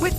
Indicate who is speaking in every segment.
Speaker 1: With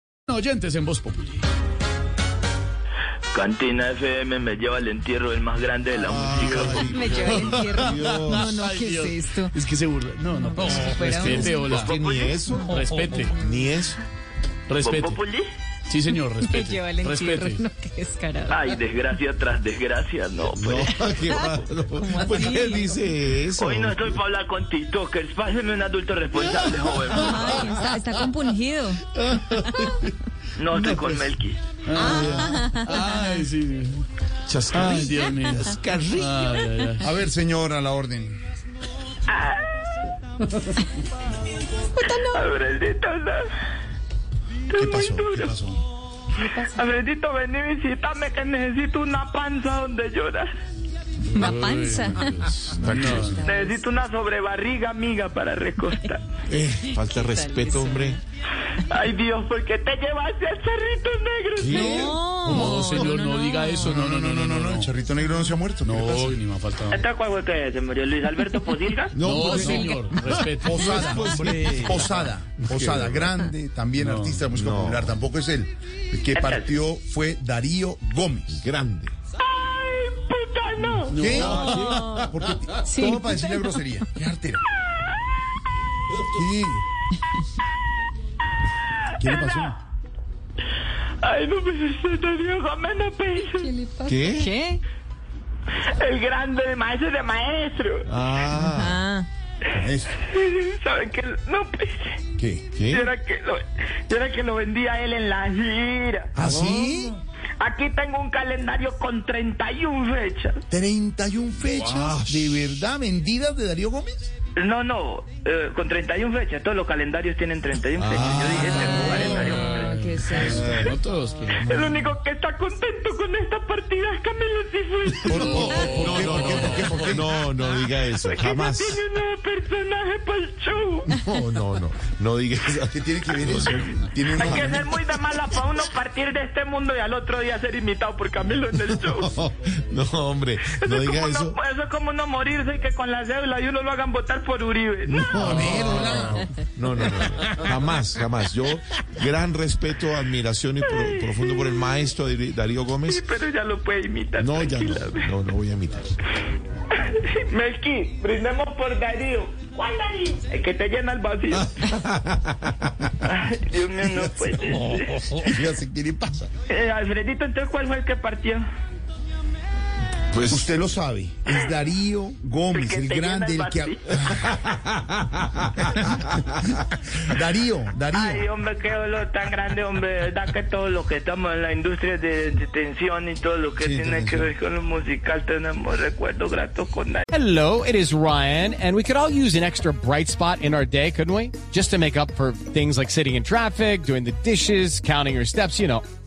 Speaker 2: Oyentes en Voz Populi.
Speaker 3: Cantina FM me lleva al entierro el más grande de la música.
Speaker 4: Me lleva el entierro. No, no,
Speaker 2: Ay,
Speaker 4: ¿qué
Speaker 2: Dios.
Speaker 4: es esto?
Speaker 2: Es que se burla. No, no, pues,
Speaker 4: fuera
Speaker 2: respete,
Speaker 4: un-
Speaker 2: hola.
Speaker 5: ni eso.
Speaker 2: Respete,
Speaker 5: Ni eso.
Speaker 3: ¿Con
Speaker 2: respete.
Speaker 3: Populi?
Speaker 2: Sí, señor,
Speaker 4: Me
Speaker 2: respete.
Speaker 4: lleva el entierro.
Speaker 2: Respete.
Speaker 4: No, qué descarado.
Speaker 3: Ay, desgracia tras desgracia, no.
Speaker 5: No,
Speaker 3: Pues.
Speaker 5: qué bárbaro.
Speaker 4: ¿Cómo
Speaker 5: ¿Por qué
Speaker 4: así?
Speaker 5: dice eso?
Speaker 3: Hoy no estoy para hablar con TikTokers. Pásenme un adulto responsable, joven.
Speaker 4: Ay, está, está compungido.
Speaker 3: No, estoy con Melqui.
Speaker 2: Ay, sí. Ay, Dios mío. Ay, ay, ay.
Speaker 5: A ver, señora, la orden.
Speaker 3: Alfredito, no.
Speaker 5: ¿Qué pasó? ¿Qué pasó?
Speaker 3: Alfredito, ven y visítame que necesito una panza donde llorar.
Speaker 4: Una panza.
Speaker 5: Tranquilos.
Speaker 3: Necesito una sobrebarriga amiga para recostar.
Speaker 5: Eh, falta respeto, hombre.
Speaker 3: Ay, Dios, ¿por qué te llevaste al cerrito negro?
Speaker 2: No, señor, no diga eso. No, no, no, no, no.
Speaker 5: El charrito negro no se ha muerto. ¿Qué le pasa?
Speaker 2: No, ni más falta.
Speaker 3: ¿Hasta cuándo usted se murió Luis Alberto Posilga?
Speaker 2: No,
Speaker 5: porque-
Speaker 2: señor, respete.
Speaker 5: Posada, pues, hombre. Posada, Posada, grande, también artista de música popular, tampoco es él. El que partió fue Darío Gómez. Grande.
Speaker 3: ¡Ay, puta, no!
Speaker 5: ¿Qué? Porque t- todo para decirle grosería. Qué artera. ¿Qué? ¿Qué le pasó?
Speaker 3: Ay, no me siento, Dios, Gómez no pienso.
Speaker 5: ¿Qué?
Speaker 4: ¿Qué?
Speaker 3: El grande, el maestro de maestro.
Speaker 5: Ah,
Speaker 4: Ah,
Speaker 5: eso.
Speaker 3: ¿Saben qué? No pensé.
Speaker 5: ¿Qué?
Speaker 3: Yo
Speaker 5: ¿Qué?
Speaker 3: era que lo, yo era que lo vendía a él en la gira.
Speaker 5: Ah. ¿Así?
Speaker 3: Aquí tengo un calendario con 31 fechas.
Speaker 5: 31 fechas de verdad vendidas de Darío Gómez.
Speaker 3: No, no, eh, con 31 fechas. Todos los calendarios tienen 31 fechas. Yo dije, este
Speaker 5: Ah.
Speaker 3: es un calendario. con 31.
Speaker 4: ¿qué es eso?
Speaker 2: Eh, No todos, pero.
Speaker 3: El único que está contento con esta partida es Camilo Cifuentes.
Speaker 5: ¿Por qué? ¿Por qué? ¿Por qué? ¿Por qué? ¿Por qué?
Speaker 6: No, no diga eso,
Speaker 3: Que no
Speaker 6: jamás.
Speaker 3: tiene un nuevo personaje para el show.
Speaker 6: No, no, no, no diga eso.
Speaker 5: ¿Qué tiene que ver eso? Tiene
Speaker 3: Hay que
Speaker 5: una...
Speaker 3: ser muy de mala para uno partir de este mundo y al otro día ser imitado por Camilo en el show.
Speaker 6: No, hombre, no
Speaker 3: es
Speaker 6: diga
Speaker 3: como
Speaker 6: eso.
Speaker 3: uno- eso es como no morirse y que con la cédula y uno lo hagan votar por Uribe. No.
Speaker 6: No, no, no, no. jamás, jamás. Yo, gran respeto, admiración y pro- profundo por el maestro Dari- Darío Gómez.
Speaker 3: Pero ya lo puede imitar.
Speaker 6: No, ya no,
Speaker 3: tranquilamente.
Speaker 6: no, no voy a imitar.
Speaker 3: Melqui, brindemos por Darío. ¿Cuál Darío? El que te llena el vacío. Ay, Dios mío, no puede ser.
Speaker 5: Oh, Ya sé qué le pasa.
Speaker 3: Eh, Alfredito, entonces, ¿cuál fue el que partió?
Speaker 6: Pues,
Speaker 5: Usted lo sabe, es Darío
Speaker 3: El
Speaker 5: Gómez,
Speaker 3: que
Speaker 5: el
Speaker 3: te
Speaker 5: grande,
Speaker 3: llena
Speaker 5: el
Speaker 3: el
Speaker 5: que... Darío,
Speaker 3: Ah, Ay,
Speaker 5: Darío.
Speaker 3: hombre, qué dolor tan grande, hombre. De verdad que todo lo que estamos en la industria de, de tensión y todo lo que
Speaker 5: Sí,
Speaker 3: tiene que
Speaker 5: tensión.
Speaker 3: ver con lo musical, tenemos recuerdos gratos con Darío.
Speaker 7: Hello, it is Ryan, and we could all use an extra bright spot in our day, couldn't we? Just to make up for things like sitting in traffic, doing the dishes, counting your steps, you know,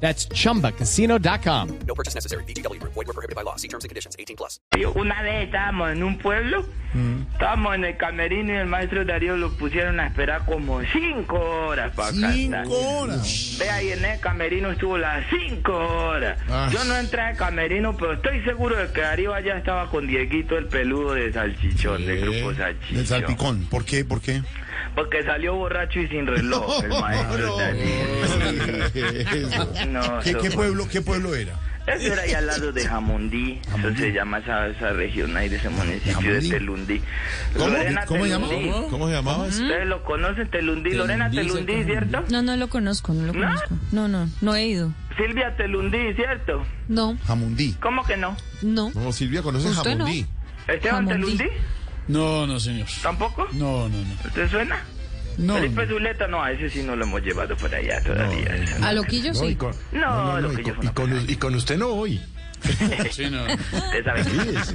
Speaker 7: That's chumbacasino.com.
Speaker 3: Una vez estábamos en un pueblo,
Speaker 5: Mm.
Speaker 3: estábamos en el camerino y el maestro Darío lo pusieron a esperar como cinco horas para cantar.
Speaker 5: Cinco horas.
Speaker 3: Ve ahí en el camerino estuvo las cinco horas.
Speaker 5: Ah.
Speaker 3: Yo no entré al camerino, pero estoy seguro de que Darío allá estaba con Dieguito el peludo de salchichón, del grupo salchichón.
Speaker 5: Del salpicón. ¿Por qué? ¿Por qué?
Speaker 3: Porque salió borracho y sin reloj el maestro Ah, Darío. No,
Speaker 5: ¿Qué,
Speaker 3: eso fue-
Speaker 5: qué pueblo, ¿Qué pueblo era?
Speaker 3: Eso era ahí al lado de Jamundí. Eso se llama esa, esa región ahí de ese municipio
Speaker 5: Jamundí.
Speaker 3: de Telundí.
Speaker 5: ¿Cómo?
Speaker 3: Lorena
Speaker 5: ¿Cómo se llama?
Speaker 3: Telundí.
Speaker 6: ¿cómo se llamaba?
Speaker 3: Ustedes lo conocen, Telundí. Lorena Telundí, ¿cierto?
Speaker 4: No, no lo conozco, no lo
Speaker 3: ¿No?
Speaker 4: conozco. No, no, no he ido.
Speaker 3: Silvia Telundí, ¿cierto?
Speaker 4: No,
Speaker 5: Jamundí.
Speaker 3: ¿Cómo que no?
Speaker 4: no.
Speaker 6: No, Silvia, conoce
Speaker 4: Usted
Speaker 6: Jamundí.
Speaker 3: ¿Esteban
Speaker 4: Jamundí.
Speaker 3: Telundí?
Speaker 2: No, no, señor.
Speaker 3: ¿Tampoco?
Speaker 2: No, no, no.
Speaker 3: ¿Te suena?
Speaker 5: No.
Speaker 3: Felipe Zuleta, no, a ese sí no lo hemos llevado por allá todavía. Ese no.
Speaker 4: A Loquillo
Speaker 8: No, y
Speaker 4: sí.
Speaker 8: con,
Speaker 3: No, lo que
Speaker 8: y,
Speaker 3: yo
Speaker 8: con, y con- y con usted no voy.
Speaker 2: Sí, no.
Speaker 3: Usted sabe que-
Speaker 8: Olvídese.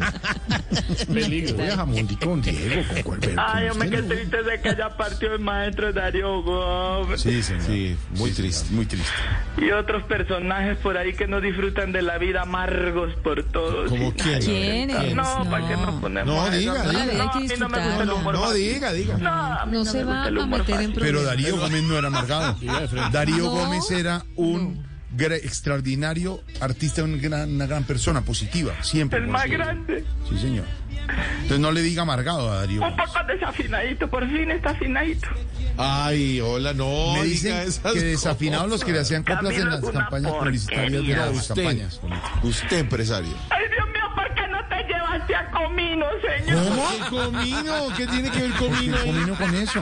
Speaker 2: Peligro.
Speaker 8: Voy a Jamundí con Diego, con cual pero
Speaker 3: Ay,
Speaker 8: con
Speaker 3: hombre,
Speaker 8: usted
Speaker 3: qué
Speaker 8: no.
Speaker 3: triste de que ya partió el maestro Darío Gómez.
Speaker 8: Sí, señor.
Speaker 6: Sí, muy triste.
Speaker 8: Muy triste.
Speaker 3: Y otros personajes por ahí que no disfrutan de la vida amargos por todos.
Speaker 6: ¿Cómo quién?
Speaker 4: ¿Quién es?
Speaker 3: No, ¿para qué nos ponemos?
Speaker 6: No,
Speaker 3: a eso?
Speaker 6: diga,
Speaker 3: No,
Speaker 6: diga.
Speaker 3: No, a mí no me gusta el humor
Speaker 6: No,
Speaker 3: fácil.
Speaker 6: diga, diga.
Speaker 3: No, a mí
Speaker 4: No se
Speaker 3: me
Speaker 4: va
Speaker 3: gusta
Speaker 4: a
Speaker 3: el humor
Speaker 4: meter en
Speaker 3: fácil.
Speaker 5: Pero
Speaker 4: problemas.
Speaker 5: Darío Gómez no era amargado.
Speaker 2: de frente.
Speaker 5: Darío
Speaker 4: No.
Speaker 5: Gómez era un gra- extraordinario artista, un gran- una gran persona, positiva, siempre.
Speaker 3: El
Speaker 5: lo ha
Speaker 3: más
Speaker 5: sido.
Speaker 3: grande.
Speaker 5: Sí, señor. Entonces no le diga amargado a Darío.
Speaker 3: Un
Speaker 5: Gómez.
Speaker 3: poco desafinadito, por fin está afinadito.
Speaker 6: Ay, hola, no. diga
Speaker 5: Me dicen
Speaker 6: esas
Speaker 5: que desafinados los que le hacían coplas
Speaker 3: Camilo
Speaker 5: en
Speaker 3: es
Speaker 5: las
Speaker 3: una
Speaker 5: campañas publicitarias de
Speaker 3: porquería.
Speaker 5: las
Speaker 6: Usted.
Speaker 5: campañas. políticas.
Speaker 6: cosas. Usted, empresario.
Speaker 3: Ay, Dios mío, ¿por qué no te llevaste a Comino, señor?
Speaker 6: ¿Qué comino? ¿Qué tiene que ver comino
Speaker 5: ¿Qué
Speaker 6: ahí?
Speaker 5: combinó con eso?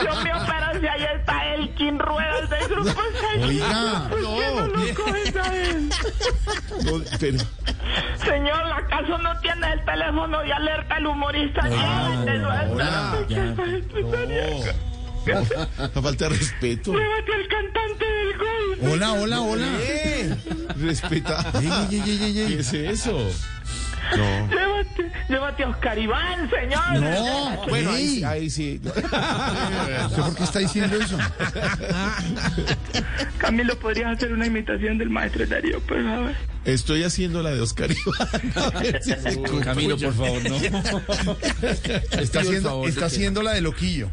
Speaker 3: Dios mío, pero si ahí está Elkin Ruedas de Grupo Seguido.
Speaker 5: Oiga,
Speaker 3: ¿Por qué no lo coges a él?
Speaker 6: No, pero,
Speaker 3: Señor, ¿acaso no tiene el teléfono de alerta el humorista? Llévatelo, es verdad, que es necesario.
Speaker 6: no falta de respeto.
Speaker 3: Llévate al cantante del gol.
Speaker 5: hola, hola, hola.
Speaker 6: Eh, Respeta.
Speaker 5: Ey, ey, ey, ey, ey.
Speaker 6: ¿Qué es eso? No.
Speaker 3: Llévate, llévate a Oscar Iván, señor.
Speaker 5: No,
Speaker 6: Bueno, ahí,
Speaker 5: ey.
Speaker 6: sí, ahí sí.
Speaker 5: ¿Usted por qué está diciendo eso?
Speaker 3: Camilo, ¿podrías hacer una imitación del maestro Darío, por favor?
Speaker 6: Estoy haciendo la de Oscar Iván. A ver si se cumple.
Speaker 2: Camilo, por favor, no.
Speaker 5: Está haciendo,
Speaker 2: haciendo
Speaker 5: está haciendo la de loquillo.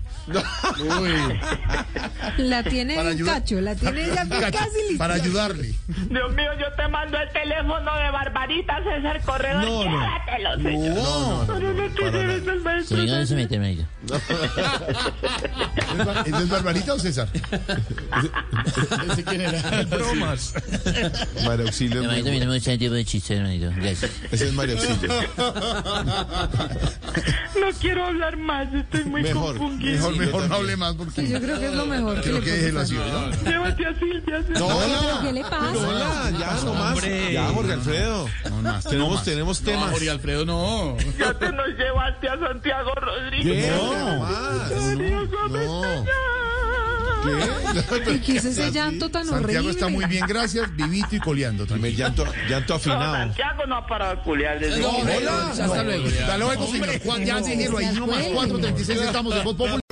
Speaker 4: La tiene
Speaker 5: Para
Speaker 4: en
Speaker 5: ayudar-
Speaker 4: cacho, la tiene ya casi lista.
Speaker 5: Para ayudarle.
Speaker 3: Dios mío, yo te mando el teléfono de Barbarita César Corredor.
Speaker 6: No, no.
Speaker 3: Llévatelo, señor.
Speaker 5: Oh,
Speaker 3: No, no, no te
Speaker 6: para
Speaker 3: lleves al maestro.
Speaker 8: no se mete, Maya.
Speaker 5: ¿es Bar- ¿es Barbarita o César?
Speaker 2: bromas.
Speaker 6: María Auxilio. es muy buena.
Speaker 8: me gusta el tipo de chiste, hermanito. Gracias.
Speaker 6: Ese es María Auxilio.
Speaker 3: No quiero hablar más, estoy muy
Speaker 6: Mejor,
Speaker 3: confundido.
Speaker 5: Mejor,
Speaker 6: Sí, yo
Speaker 5: mejor no
Speaker 6: también.
Speaker 5: hable más porque
Speaker 4: Yo creo que es lo mejor que
Speaker 5: creo
Speaker 4: le
Speaker 5: que
Speaker 4: puede
Speaker 5: déjelo así.
Speaker 4: pasar.
Speaker 5: ¿no?
Speaker 3: Llévate a Silvia. César.
Speaker 4: ¿Pero qué le pasa?
Speaker 6: Hola, Ah, ya nomás. Ya, Jorge Alfredo.
Speaker 5: No más, no
Speaker 6: Tenemos,
Speaker 5: más.
Speaker 6: tenemos
Speaker 2: No,
Speaker 6: temas.
Speaker 2: Jorge Alfredo, no.
Speaker 3: Ya te nos llevaste a Santiago Rodríguez.
Speaker 6: ¿Qué?
Speaker 5: No.
Speaker 6: Más.
Speaker 3: Darío Gómez
Speaker 6: no.
Speaker 3: Peña.
Speaker 4: ¿Y qué es ese llanto tan
Speaker 5: Santiago
Speaker 4: horrible?
Speaker 5: está muy bien, gracias. Vivito y coleando.
Speaker 6: Me
Speaker 5: Tranquilo.
Speaker 6: llanto, llanto
Speaker 3: No,
Speaker 6: afinado.
Speaker 3: Santiago no ha parado de culiar desde que-
Speaker 5: Hola.
Speaker 2: Hasta luego.
Speaker 5: Hasta luego, señor Juan. Ya déjelo ahí. No más 436 estamos en Voz Populi.